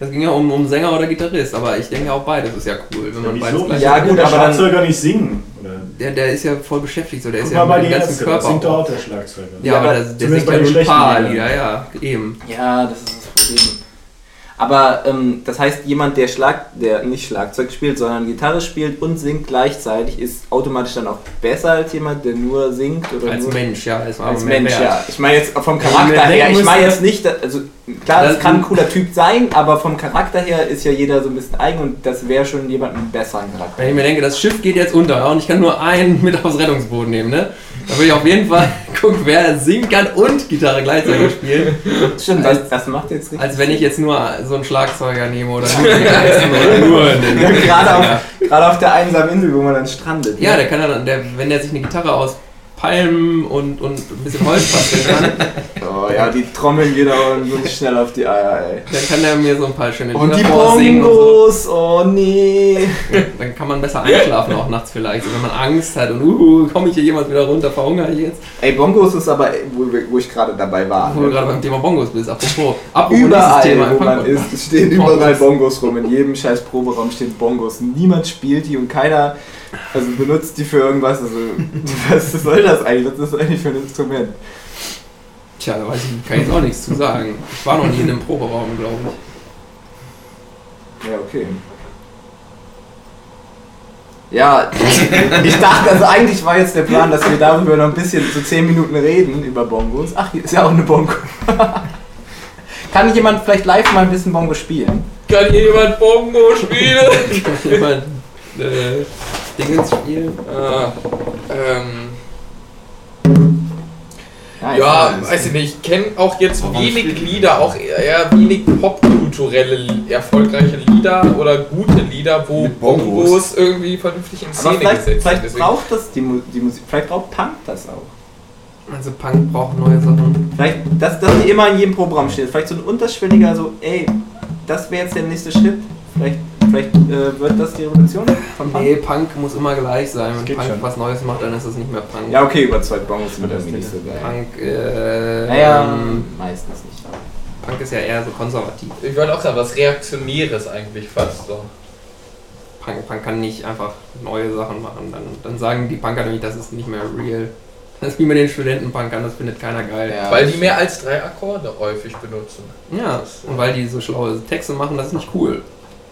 Speaker 1: Das ging ja um, um Sänger oder Gitarrist, aber ich denke auch beides ist ja cool, wenn man beides
Speaker 7: wieso?
Speaker 1: gleich
Speaker 2: Ja,
Speaker 7: Ja,
Speaker 2: gut,
Speaker 7: gut, der
Speaker 2: aber dann-
Speaker 7: Schlagzeuger nicht singen. Oder?
Speaker 1: der, der ist ja voll beschäftigt, so der ist
Speaker 7: Guck
Speaker 1: ja
Speaker 7: mal bei
Speaker 1: mit
Speaker 7: die
Speaker 1: dem ganzen
Speaker 7: Ärzte, das
Speaker 1: Körper.
Speaker 7: singt doch
Speaker 1: auch.
Speaker 7: auch der Schlagzeuger.
Speaker 1: Ja,
Speaker 2: Ja,
Speaker 1: aber
Speaker 2: aber
Speaker 1: der, der singt
Speaker 7: zumindest bei
Speaker 1: ja
Speaker 7: den
Speaker 1: nur ein
Speaker 7: schlechten
Speaker 1: paar
Speaker 7: Liedern.
Speaker 1: Lieder, ja, eben.
Speaker 2: Ja, das ist das Problem. Aber ähm, das heißt, jemand, der Schlag, der nicht Schlagzeug spielt, sondern Gitarre spielt und singt gleichzeitig, ist automatisch dann auch besser als jemand, der nur singt oder
Speaker 1: Als
Speaker 2: nur
Speaker 1: Mensch, ja, ist aber
Speaker 2: als
Speaker 1: mehr
Speaker 2: Mensch,
Speaker 1: wert.
Speaker 2: ja. Ich meine jetzt
Speaker 1: Wenn
Speaker 2: vom Charakter
Speaker 1: man
Speaker 2: her,
Speaker 1: denken
Speaker 2: ich meine
Speaker 1: müsste-
Speaker 2: jetzt nicht, dass- also klar, das
Speaker 1: Das-
Speaker 2: kann ein cooler Typ sein, aber vom Charakter her ist ja jeder so ein bisschen eigen und das wäre schon jemand mit einem besseren Charakter.
Speaker 1: Wenn ich mir denke, das Schiff geht jetzt unter und ich kann nur einen [LAUGHS] mit aufs Rettungsboot nehmen, ne? Da würde ich auf jeden Fall [LAUGHS] gucken, wer singen kann und Gitarre gleichzeitig spielen,
Speaker 2: Stimmt, das, das Also, macht jetzt richtig.
Speaker 1: als wenn ich jetzt nur so einen Schlagzeuger nehme oder nur den Geisten
Speaker 2: [LAUGHS]
Speaker 1: oder nur den
Speaker 2: Ja, gerade, auf, gerade auf der einsamen Insel, wo man dann strandet.
Speaker 1: Ja,
Speaker 2: ne?
Speaker 1: der kann dann, der, wenn der sich eine Gitarre aus Palmen und, und ein bisschen Holz basteln kann,
Speaker 2: Oh ja, die Trommeln geht aber so schnell auf die Eier, ey.
Speaker 1: dann kann der mir so ein paar schöne
Speaker 2: Und die
Speaker 1: vorsingen und so.
Speaker 2: Bongos, oh nee.
Speaker 1: Dann kann man besser einschlafen auch nachts vielleicht, so, wenn man Angst hat und uh, komme ich hier jemals wieder runter, verhungere ich jetzt.
Speaker 2: Ey, Bongos ist aber, wo, wir- wo ich gerade dabei war.
Speaker 1: Wo du
Speaker 2: ne?
Speaker 1: gerade beim Thema Bongos bist, apropos. Apropos
Speaker 2: Überall,
Speaker 1: nächstes
Speaker 2: wo man
Speaker 1: Frankfurt.
Speaker 2: ist, stehen
Speaker 1: Bongos.
Speaker 2: überall Bongos rum. In jedem scheiß Proberaum stehen Bongos. Niemand spielt die und keiner also benutzt die für irgendwas. Also, [LAUGHS] was soll das eigentlich? Was ist das eigentlich für ein Instrument?
Speaker 1: Tja, da weiß ich, kann ich jetzt auch nichts zu sagen. Ich war noch nie in einem Proberaum, glaube ich.
Speaker 2: Ja, okay. Ja, [LAUGHS] ich dachte, also eigentlich war jetzt der Plan, dass wir darüber noch ein bisschen so 10 Minuten reden, über Bongos. Ach, hier ist ja auch eine Bongo. [LAUGHS] Kann jemand vielleicht live mal ein bisschen Bongo spielen?
Speaker 5: Kann hier jemand Bongo spielen?
Speaker 2: [LAUGHS]
Speaker 1: Kann jemand äh, Dingens spielen?
Speaker 5: [LAUGHS] ah, ähm,
Speaker 2: Nice.
Speaker 5: ja, weiß ich nicht. Ich kenne auch jetzt wenig Lieder, auch eher eher wenig popkulturelle, li- erfolgreiche Lieder oder gute Lieder, wo
Speaker 3: Mit Bongos.
Speaker 5: Bongos irgendwie vernünftig in
Speaker 2: Aber
Speaker 5: Szene
Speaker 2: vielleicht,
Speaker 5: gesetzt sind.
Speaker 2: vielleicht
Speaker 5: Deswegen-
Speaker 2: braucht das die, Mu die Musik, vielleicht braucht Punk das auch.
Speaker 1: Also Punk braucht neue Sachen.
Speaker 2: Vielleicht, dass, dass die immer in jedem Programm steht. Vielleicht so ein unterschwelliger, so, ey, das wäre jetzt der nächste Schritt. Vielleicht, vielleicht äh, wird das die Revolution von Punk.
Speaker 1: Nee, Punk muss immer gleich sein. Wenn
Speaker 7: geht
Speaker 1: Punk
Speaker 7: schon.
Speaker 1: was Neues macht, dann ist es nicht mehr Punk.
Speaker 2: Ja, okay, über zwei Bongos wird das nicht so geil.
Speaker 1: Punk, äh,
Speaker 2: Naja,
Speaker 1: ähm,
Speaker 2: meistens nicht.
Speaker 1: Punk ist ja eher so konservativ.
Speaker 5: Ich wollte auch sagen, was Reaktionäres eigentlich fast so.
Speaker 1: Punk, Punk kann nicht einfach neue Sachen machen. Dann, dann sagen die Punker nämlich, das ist nicht mehr real. [LAUGHS] Das spielen wir den Studentenpunk an, das findet keiner geil.
Speaker 2: Ja.
Speaker 5: Weil die mehr als drei Akkorde häufig benutzen.
Speaker 1: Ja, und weil die so schlaue Texte machen, das ist nicht cool.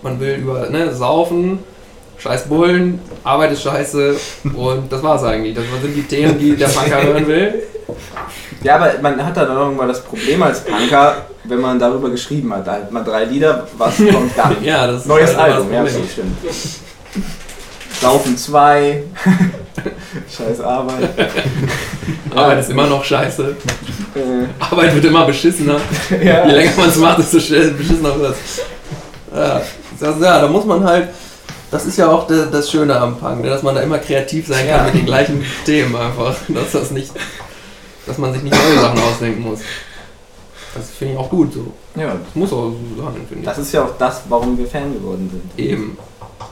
Speaker 1: Man will über, ne, saufen, scheiß Bullen, Arbeit ist scheiße und das war's eigentlich. Das sind die Themen, die der Punker hören will.
Speaker 2: Ja, aber man hat da dann irgendwann das Problem als Punker, wenn man darüber geschrieben hat. Da hat man drei Lieder, was kommt dann?
Speaker 1: [LAUGHS] Ja, das ist
Speaker 2: Neues
Speaker 1: halt
Speaker 2: Album,
Speaker 1: immer
Speaker 2: ja,
Speaker 1: das
Speaker 2: okay,
Speaker 1: Problem.
Speaker 2: stimmt. Saufen 2. [LAUGHS] Scheiß Arbeit.
Speaker 1: [LAUGHS] Arbeit ist immer noch scheiße.
Speaker 2: Äh,
Speaker 1: Arbeit wird immer beschissener. Je
Speaker 2: ja.
Speaker 1: länger man es macht, desto schnell beschissener wird es. Ja, das, ja, da muss man halt. Das ist ja auch das, das Schöne am Punk, ne, dass man da immer kreativ sein kann mit den gleichen Themen einfach. [LAUGHS] Dass das nicht. Dass man sich nicht neue Sachen ausdenken muss. Das finde ich auch gut so.
Speaker 2: ja.
Speaker 1: Das muss auch so sein, finde
Speaker 2: Das ist ja auch das, warum wir Fan geworden sind.
Speaker 1: ich. Eben.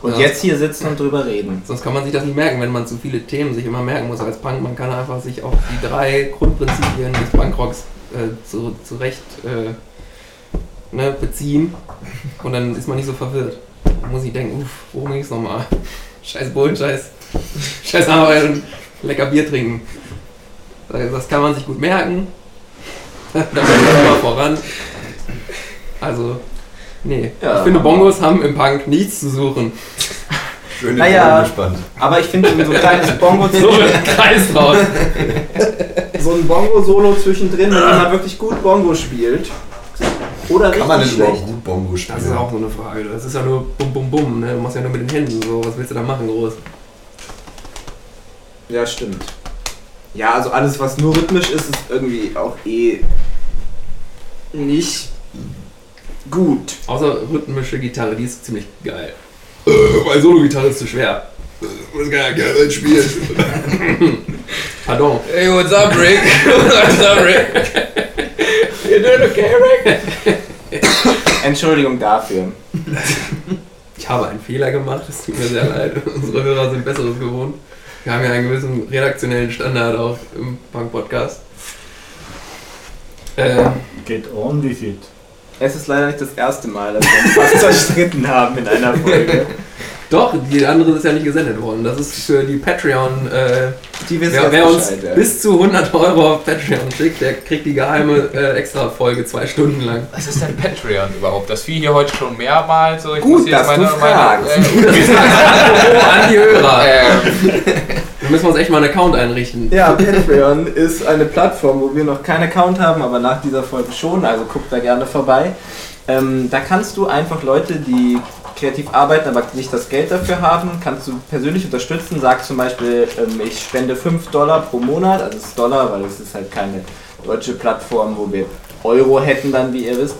Speaker 2: Und
Speaker 1: Ja.
Speaker 2: jetzt hier sitzen und drüber reden.
Speaker 1: Sonst kann man sich das nicht merken, wenn man zu viele Themen sich immer merken muss als Punk. Man kann einfach sich auf die drei Grundprinzipien des Punkrocks äh, zu, zurecht äh, ne, beziehen und dann ist man nicht so verwirrt. Man muss nicht denken, uff, worum ging's nochmal? Scheiß Bullen, scheiß, [LAUGHS] scheiß Arbeit und lecker Bier trinken. Das das kann man sich gut merken. [LAUGHS] Damit kommt man immer voran. Also, nee.
Speaker 2: Ja.
Speaker 1: Ich finde, Bongos haben im Punk nichts zu suchen.
Speaker 3: Schön
Speaker 2: Naja.
Speaker 3: gespannt.
Speaker 2: Aber ich finde so ein kleines Bongo
Speaker 1: So [LAUGHS] ein Kreis draus.
Speaker 2: so ein Bongo-Solo zwischendrin, wenn jemand wirklich gut Bongo spielt. Oder
Speaker 3: Kann man denn
Speaker 2: richtig schlecht.
Speaker 3: überhaupt gut Bongo
Speaker 1: Das ist
Speaker 3: spielen?
Speaker 1: auch so eine Frage. Das ist ja nur bum bum bum, ne? Du machst ja nur mit den Händen so. Was willst du da machen, groß?
Speaker 2: Ja, stimmt. Ja, also alles, was nur rhythmisch ist, ist irgendwie auch eh nicht gut.
Speaker 1: Außer rhythmische Gitarre, die ist ziemlich geil. Äh, Weil Solo-Gitarre ist zu schwer. Äh, Das kann ja gerne spielen. Pardon.
Speaker 5: Hey, what's up, Rick? [LAUGHS] what's up, Rick? You doing okay, Rick?
Speaker 2: Entschuldigung dafür.
Speaker 1: Ich habe einen Fehler gemacht, es tut mir sehr leid. [LAUGHS] Unsere Hörer sind Besseres gewohnt. Wir haben ja einen gewissen redaktionellen Standard auch im Punk-Podcast. Äh,
Speaker 7: Get on with it.
Speaker 2: Es ist leider nicht das erste Mal, dass wir uns fast [LAUGHS] zerstritten haben in einer Folge.
Speaker 1: doch, die andere ist ja nicht gesendet worden. Das ist für die Patreon- äh,
Speaker 2: Die wissen
Speaker 1: Wer,
Speaker 2: jetzt
Speaker 1: wer uns
Speaker 2: Bescheid, ja.
Speaker 1: bis zu 100 Euro auf Patreon schickt, der kriegt die geheime äh, Extra-Folge zwei Stunden
Speaker 2: [LAUGHS]
Speaker 1: lang.
Speaker 5: Was ist denn Patreon überhaupt? Das fiel hier heute schon mehrmals. So, ich
Speaker 2: Gut,
Speaker 5: muss jetzt
Speaker 2: dass du fragst.
Speaker 1: An die Hörer.
Speaker 5: äh,
Speaker 1: Da müssen wir uns echt mal einen Account einrichten.
Speaker 2: Ja, Patreon ist eine Plattform, wo wir noch keinen Account haben, aber nach dieser Folge schon, also guck da gerne vorbei. Ähm, da kannst du einfach Leute, die kreativ arbeiten, aber nicht das Geld dafür haben, kannst du persönlich unterstützen. Sag zum Beispiel, ähm, ich spende 5 Dollar pro Monat, also es ist Dollar, weil es ist halt keine deutsche Plattform, wo wir Euro hätten dann, wie ihr wisst.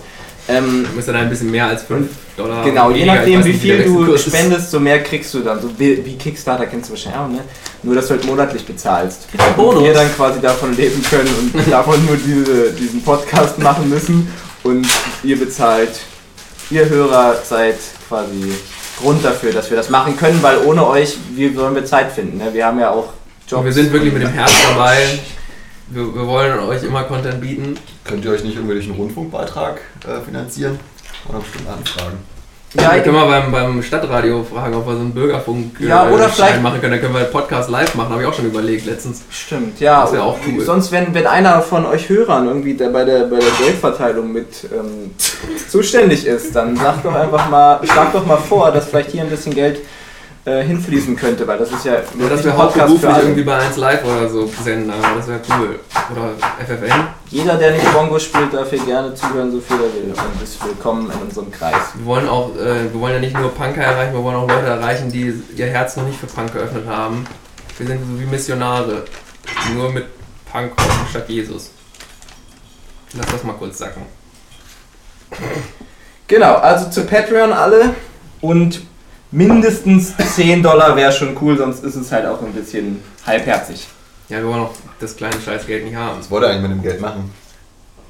Speaker 2: Ähm,
Speaker 1: Du musst dann ein bisschen mehr als 5 Dollar.
Speaker 2: Genau, je
Speaker 1: weniger, ich
Speaker 2: nachdem,
Speaker 1: weiß
Speaker 2: wie
Speaker 1: nicht, der
Speaker 2: viel du
Speaker 1: Wechselkurs ist.
Speaker 2: spendest, so mehr kriegst du dann. So wie, wie Kickstarter kennst du wahrscheinlich auch, ne? Nur, dass du halt monatlich bezahlst.
Speaker 1: Bonus.
Speaker 2: Und wir dann quasi davon leben können und davon nur diese, diesen Podcast machen müssen. Und ihr bezahlt, ihr Hörer seid quasi Grund dafür, dass wir das machen können, weil ohne euch, wie sollen wir Zeit finden? Ne? Wir haben ja auch Jobs.
Speaker 1: Und wir sind wirklich mit dem Herz dabei. Wir, wir wollen euch immer Content bieten.
Speaker 3: Könnt ihr euch nicht irgendwie durch einen Rundfunkbeitrag äh, finanzieren? Oder bestimmt anfragen.
Speaker 2: Ja,
Speaker 1: wir können mal beim, beim Stadtradio fragen, ob wir so einen Bürgerfunk äh,
Speaker 2: Ja, oder
Speaker 1: Schein
Speaker 2: vielleicht-
Speaker 1: machen können. Dann können wir einen Podcast live machen, habe ich auch schon überlegt letztens.
Speaker 2: Stimmt, ja.
Speaker 1: Das wär auch cool.
Speaker 2: Sonst, wenn, wenn einer von euch Hörern irgendwie der, bei, der, bei der Geldverteilung mit ähm, zuständig ist, dann sagt doch einfach mal, schlag doch mal vor, dass vielleicht hier ein bisschen Geld äh, hinfließen könnte, weil das ist ja
Speaker 1: Nur, dass
Speaker 2: wirklich
Speaker 1: wir
Speaker 2: ein Podcast für
Speaker 1: hauptberuflich
Speaker 2: alle.
Speaker 1: irgendwie bei 1 Live oder so senden, aber das wäre cool. Oder FFN.
Speaker 2: Jeder, der nicht Bongo spielt, darf hier gerne zuhören, so viel er will. Und ist willkommen in unserem Kreis.
Speaker 1: Wir wollen auch, äh, wir wollen ja nicht nur Punker erreichen, wir wollen auch Leute erreichen, die ihr Herz noch nicht für Punk geöffnet haben. Wir sind so wie Missionare. Nur mit Punk statt Jesus. Lass das mal kurz sacken.
Speaker 2: Genau, also zu Patreon alle und mindestens 10 Dollar wäre schon cool, sonst ist es halt auch ein bisschen halbherzig.
Speaker 1: Ja, wir wollen auch das kleine Scheißgeld nicht haben.
Speaker 3: Was wollt ihr eigentlich mit dem Geld machen?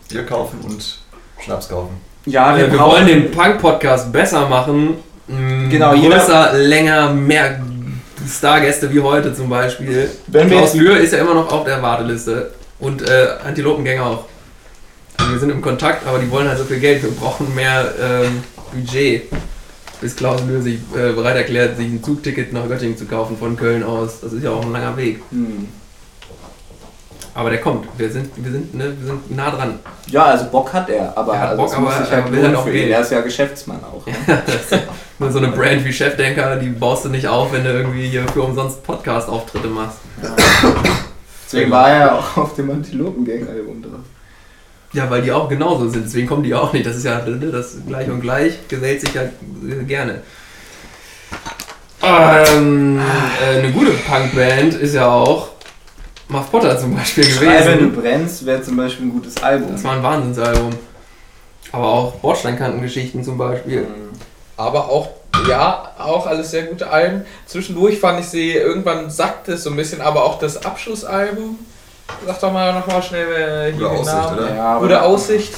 Speaker 3: Bier kaufen und Schnaps kaufen.
Speaker 2: Ja,
Speaker 1: Äh, wir wollen den Punk-Podcast besser machen. Mm,
Speaker 2: Genau, jeder-
Speaker 1: größer, länger, mehr Stargäste wie heute zum Beispiel.
Speaker 2: Wenn wir
Speaker 1: Klaus
Speaker 2: jetzt,
Speaker 1: Lühr ist ja immer noch auf der Warteliste. Und äh, Antilopengänger auch. Also wir sind im Kontakt, aber die wollen halt so viel Geld. Wir brauchen mehr ähm, Budget. Bis Klaus Lühr sich äh, bereit erklärt, Hm. sich ein Zugticket nach Göttingen zu kaufen von Köln aus. Das ist ja auch ein langer Weg.
Speaker 2: Hm.
Speaker 1: Aber der kommt. Wir sind, wir sind, ne, wir sind nah dran.
Speaker 2: Ja, also Bock hat er, aber
Speaker 1: Er hat
Speaker 2: also
Speaker 1: Bock,
Speaker 2: es muss
Speaker 1: aber
Speaker 2: sich
Speaker 1: er
Speaker 2: halt
Speaker 1: will
Speaker 2: lohnen
Speaker 1: halt auch
Speaker 2: für ihn.
Speaker 1: gehen.
Speaker 2: Er ist ja Geschäftsmann auch. Ne?
Speaker 1: Nur so eine Brand wie Chefdenker, die baust du nicht auf, wenn du irgendwie hier für umsonst Podcast-Auftritte machst.
Speaker 2: Deswegen war er ja auch [LAUGHS] auf dem Antilopen-Gang-Album drauf.
Speaker 1: Ja, weil die auch genauso sind, deswegen kommen die auch nicht. Das ist ja ne, das gleich und gleich, gesellt sich ja äh, gerne. Ähm, äh, eine gute Punkband ist ja auch Muff Potter zum Beispiel
Speaker 2: Schrei, wenn
Speaker 1: gewesen.
Speaker 2: du brennst, wäre zum Beispiel ein gutes Album.
Speaker 1: Das war ein Wahnsinnsalbum. Aber auch Bordsteinkantengeschichten zum Beispiel.
Speaker 5: Aber auch, ja, auch alles sehr gute Alben. Zwischendurch fand ich sie, irgendwann sackte es so ein bisschen, aber auch das Abschlussalbum. Sag doch mal nochmal schnell, wer hier
Speaker 3: Gute
Speaker 5: den
Speaker 3: Aussicht,
Speaker 5: Namen-
Speaker 3: oder?
Speaker 2: Genau. Ja, aber-
Speaker 5: Gute Aussicht.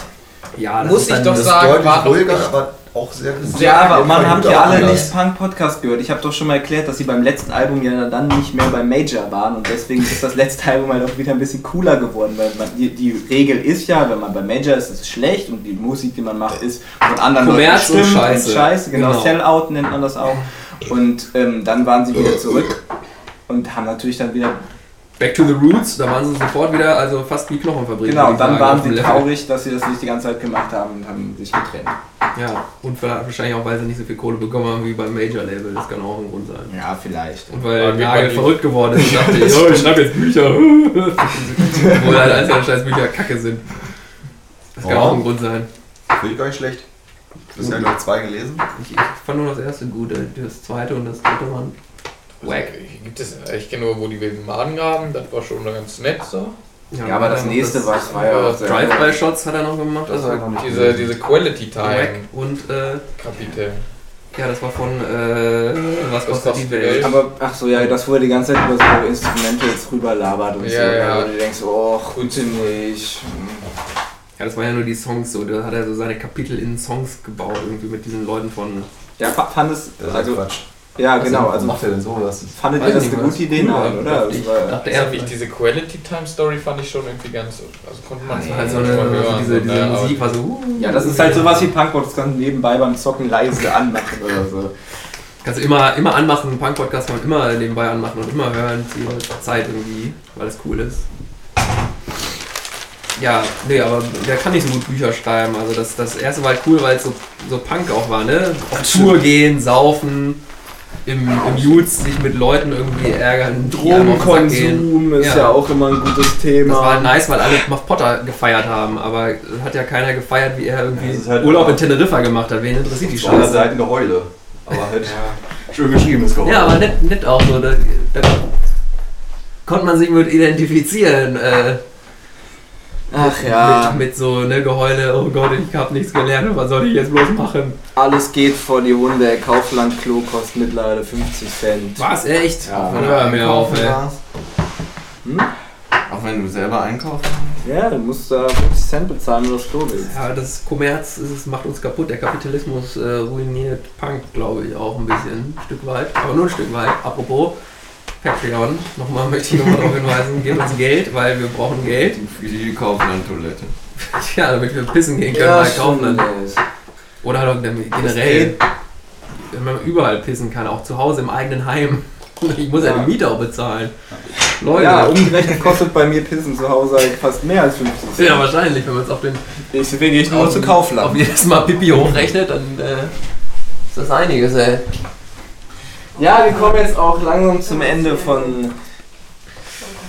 Speaker 1: Ja,
Speaker 5: Muss ich
Speaker 1: dann
Speaker 5: doch
Speaker 1: das-
Speaker 5: sagen. Sagen, war
Speaker 4: Deutlich
Speaker 5: doch
Speaker 4: ruhiger,
Speaker 5: echt-
Speaker 4: aber auch sehr gut.
Speaker 5: Sehr-
Speaker 2: Ja, aber man
Speaker 4: Fall
Speaker 2: habt
Speaker 4: gut
Speaker 2: ja alle
Speaker 4: anders.
Speaker 2: nicht Punk Podcast gehört. Ich habe doch schon mal erklärt, dass sie beim letzten Album ja dann nicht mehr beim Major waren und deswegen ist das letzte [LAUGHS] Album halt auch wieder ein bisschen cooler geworden, weil man, die, die Regel ist ja, wenn man beim Major ist, ist es schlecht und die Musik, die man macht, ist von anderen
Speaker 1: Kommerz und
Speaker 2: bestimmt
Speaker 1: Scheiße.
Speaker 2: Scheiße. Genau,
Speaker 1: Genau.
Speaker 2: Sellout nennt man das auch. Und ähm, dann waren sie wieder zurück und haben natürlich dann wieder
Speaker 1: Back to the Roots, da waren sie sofort wieder, also fast wie Knochenfabrik.
Speaker 2: genau,
Speaker 1: würde ich
Speaker 2: dann
Speaker 1: sagen,
Speaker 2: waren
Speaker 1: auf dem
Speaker 2: sie
Speaker 1: Level.
Speaker 2: traurig, dass sie das nicht die ganze Zeit gemacht haben und haben sich getrennt.
Speaker 1: Ja, und wahrscheinlich auch, weil sie nicht so viel Kohle bekommen haben wie beim Major-Label. Das kann auch ein Grund sein.
Speaker 2: Ja, vielleicht.
Speaker 1: Und weil
Speaker 5: Ja, geht
Speaker 1: Nagel
Speaker 5: man die-
Speaker 1: verrückt geworden ist und [LAUGHS] dachte, yo, ich schreibe jetzt Bücher. [LAUGHS] Obwohl halt einzelne scheiß Bücher kacke sind. Das kann
Speaker 3: Ja.
Speaker 1: auch ein Grund sein.
Speaker 3: Finde ich gar nicht schlecht. Du
Speaker 2: Mhm.
Speaker 3: hast ja noch zwei gelesen.
Speaker 1: Ich, ich fand nur das erste gut, äh, das zweite und das dritte waren wack.
Speaker 5: Hier Gibt es, ich kenne nur, wo die wilden Maden graben, das war schon ganz nett so.
Speaker 2: Ja, aber das
Speaker 1: dann noch
Speaker 2: nächste war, war ja
Speaker 5: aber
Speaker 2: auch sehr-
Speaker 1: Drive-By-Shots hat er noch gemacht, also
Speaker 5: Diese, diese Quality
Speaker 1: wack.
Speaker 5: Time
Speaker 1: Und äh,
Speaker 5: Kapitel.
Speaker 1: ja, das war von äh, Was
Speaker 5: Was
Speaker 1: kostet die
Speaker 5: kostet
Speaker 1: Welt?
Speaker 5: Welt?
Speaker 2: Aber, ach so, ja, das, wo er die ganze Zeit über so Instrumentals rüberlabert und so.
Speaker 5: Ja, ja.
Speaker 2: Und du denkst, oh, gute nicht.
Speaker 1: Ja, das waren ja nur die Songs so, da hat er so seine Kapitel in Songs gebaut, irgendwie mit diesen Leuten von.
Speaker 2: Ja, fa- fand es,
Speaker 3: Das ist ja
Speaker 2: also,
Speaker 3: Quatsch.
Speaker 2: ja, genau,
Speaker 3: Was
Speaker 2: also,
Speaker 3: macht er denn so? Das
Speaker 2: fandet
Speaker 1: Weiß
Speaker 2: ihr das
Speaker 1: nicht,
Speaker 2: eine
Speaker 1: was- genau
Speaker 2: gute Idee? Nein, oder?
Speaker 1: Ich
Speaker 2: Das war,
Speaker 1: dachte,
Speaker 5: Also
Speaker 1: er
Speaker 5: wie ich diese Quality Time Story fand ich schon irgendwie ganz. Also konnte man
Speaker 1: Das
Speaker 5: es
Speaker 1: war halt so
Speaker 5: schon
Speaker 1: eine,
Speaker 5: mal
Speaker 1: so
Speaker 5: hören,
Speaker 1: diese,
Speaker 5: so,
Speaker 1: diese
Speaker 5: ne, aber-
Speaker 1: Musik war so. uh,
Speaker 2: ja, das ist halt sowas wie Punkrock, das kannst du nebenbei beim Zocken leise anmachen oder so.
Speaker 1: Kannst du Also immer, immer anmachen, einen Punk-Podcast kann man immer nebenbei anmachen und immer hören zu jeder Zeit irgendwie, weil es cool ist. Ja, nee, aber der kann nicht so gut Bücher schreiben. Also das, das erste war halt cool, weil es so, so Punk auch war, ne? Auf Tour gehen, saufen, im, im Jutz sich mit Leuten irgendwie ärgern, die einem auf den Sack gehen.
Speaker 2: Drogenkonsum ist
Speaker 1: Ja.
Speaker 2: ja. auch immer ein gutes Thema.
Speaker 1: Das war halt nice, weil alle Muff Potter gefeiert haben, aber es hat ja keiner gefeiert, wie er
Speaker 4: Ja, das
Speaker 1: irgendwie
Speaker 4: ist halt-
Speaker 1: Urlaub in Teneriffa gemacht hat. Wen interessiert die Scheiße?
Speaker 4: Seiten Geheule. Aber halt schön geschriebenes Geheule.
Speaker 1: Ja, aber nett, nett auch so. Da, da konnte man sich mit identifizieren. Äh,
Speaker 2: Ach ja,
Speaker 1: mit, mit so ne Geheule, oh Gott, ich hab nichts gelernt, was soll ich jetzt bloß machen?
Speaker 2: alles geht vor die Hunde. Kaufland-Klo kostet mittlerweile 50 Cent.
Speaker 1: War's echt?
Speaker 2: Ja.
Speaker 1: Hör mir auf, ey.
Speaker 2: Hm?
Speaker 6: Auch wenn du selber einkaufst.
Speaker 2: Ja, du musst da 50 Cent bezahlen, wenn du das Klo willst.
Speaker 1: Ja, das Kommerz es macht uns kaputt. Der Kapitalismus äh, ruiniert Punk, glaube ich, auch ein bisschen. Ein Stück weit, aber nur ein Stück weit. Apropos Patreon, nochmal möchte ich nochmal darauf
Speaker 2: [LAUGHS]
Speaker 1: hinweisen, gebt uns Geld, weil wir brauchen Geld.
Speaker 6: Für die Kaufland-Toilette.
Speaker 1: Ja, damit wir pissen gehen können bei Kaufland.
Speaker 2: stimmt.
Speaker 1: Oder halt auch generell, wenn man überall pissen kann, auch zu Hause im eigenen Heim. [LAUGHS] Ich muss ja,
Speaker 2: Ja.
Speaker 1: die Miete auch bezahlen. Leute.
Speaker 2: Ja, um-
Speaker 1: Ja,
Speaker 2: umgerechnet kostet bei mir Pissen zu Hause halt fast mehr als 50 Cent. Ähm,
Speaker 1: wahrscheinlich, wenn man es auf, den-
Speaker 2: Deswegen gehe ich nur
Speaker 1: Auf-
Speaker 2: zu
Speaker 1: auf
Speaker 2: Kaufland.
Speaker 1: jedes Mal Pipi hochrechnet, dann äh, ist das einiges, ey.
Speaker 2: Ja, wir kommen jetzt auch langsam zum Ende von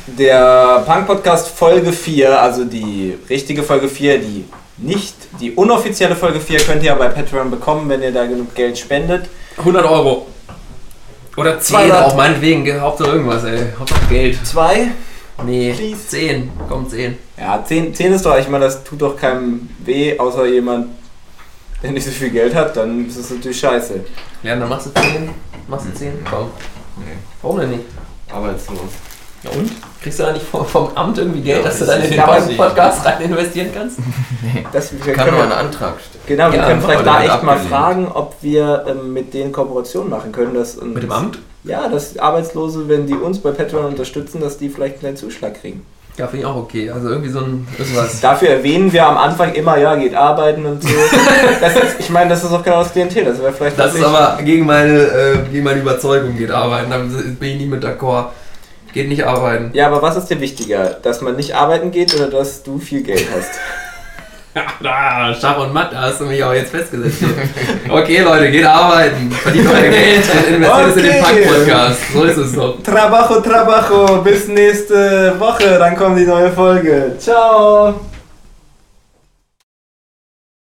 Speaker 2: der Punk-Podcast Folge 4, also die richtige Folge 4, die nicht, die unoffizielle Folge 4 könnt ihr ja bei Patreon bekommen, wenn ihr da genug Geld spendet.
Speaker 1: 100 Euro. Oder 10
Speaker 2: 200.
Speaker 1: auch, meinetwegen. ge- Hauptsache irgendwas, ey. Hauptsache Geld.
Speaker 2: Zwei?
Speaker 1: Nee,
Speaker 2: Please.
Speaker 1: 10. Komm, 10.
Speaker 2: Ja, 10, 10 ist doch, ich meine, das tut doch keinem weh, außer jemand, der nicht so viel Geld hat, dann ist es natürlich scheiße.
Speaker 1: Ja, dann machst du 10. Machst du 10? Komm.
Speaker 6: Nee.
Speaker 1: Warum denn nicht?
Speaker 6: Arbeitslos.
Speaker 1: Ja und? Kriegst du da nicht vom, vom Amt irgendwie Geld,
Speaker 6: Ja,
Speaker 1: dass du
Speaker 6: das
Speaker 1: dann in
Speaker 6: ist
Speaker 1: den
Speaker 2: ja
Speaker 1: Pod-
Speaker 6: nicht.
Speaker 1: Podcast rein investieren kannst?
Speaker 2: Das wir
Speaker 6: Kann
Speaker 2: können
Speaker 6: man einen
Speaker 2: ja-
Speaker 6: Antrag stellen.
Speaker 2: Genau, wir
Speaker 1: Ja,
Speaker 2: können vielleicht
Speaker 6: aber
Speaker 2: da
Speaker 6: der hat
Speaker 2: echt mal
Speaker 6: abgelehnt.
Speaker 2: fragen, ob wir ähm, mit denen Kooperation machen können. Dass uns,
Speaker 1: Mit dem Amt?
Speaker 2: Ja, dass Arbeitslose, wenn die uns bei Patreon unterstützen, dass die vielleicht einen kleinen Zuschlag kriegen.
Speaker 1: Ja, finde ich auch okay. Also irgendwie so ein [LAUGHS] irgendwas.
Speaker 2: Dafür erwähnen wir am Anfang immer, ja, geht arbeiten und so. das ist, ich meine, das ist auch genau das Klientel. Das wäre vielleicht
Speaker 1: Das ist
Speaker 2: wirklich-
Speaker 1: aber gegen meine, äh, gegen meine Überzeugung geht arbeiten, da bin ich nicht mit d'accord. Geht nicht arbeiten.
Speaker 2: Ja, aber was ist dir wichtiger? Dass man nicht arbeiten geht oder dass du viel Geld hast?
Speaker 1: [LAUGHS] Da, Schach und Matt, da hast du mich auch jetzt festgesetzt. Okay, Leute, geht arbeiten. Verdient euer Geld und investiert es in den
Speaker 2: Okay.
Speaker 1: Punk-Podcast. So ist es doch.
Speaker 2: trabajo, trabajo. Bis nächste Woche. Dann kommt die neue Folge. Ciao.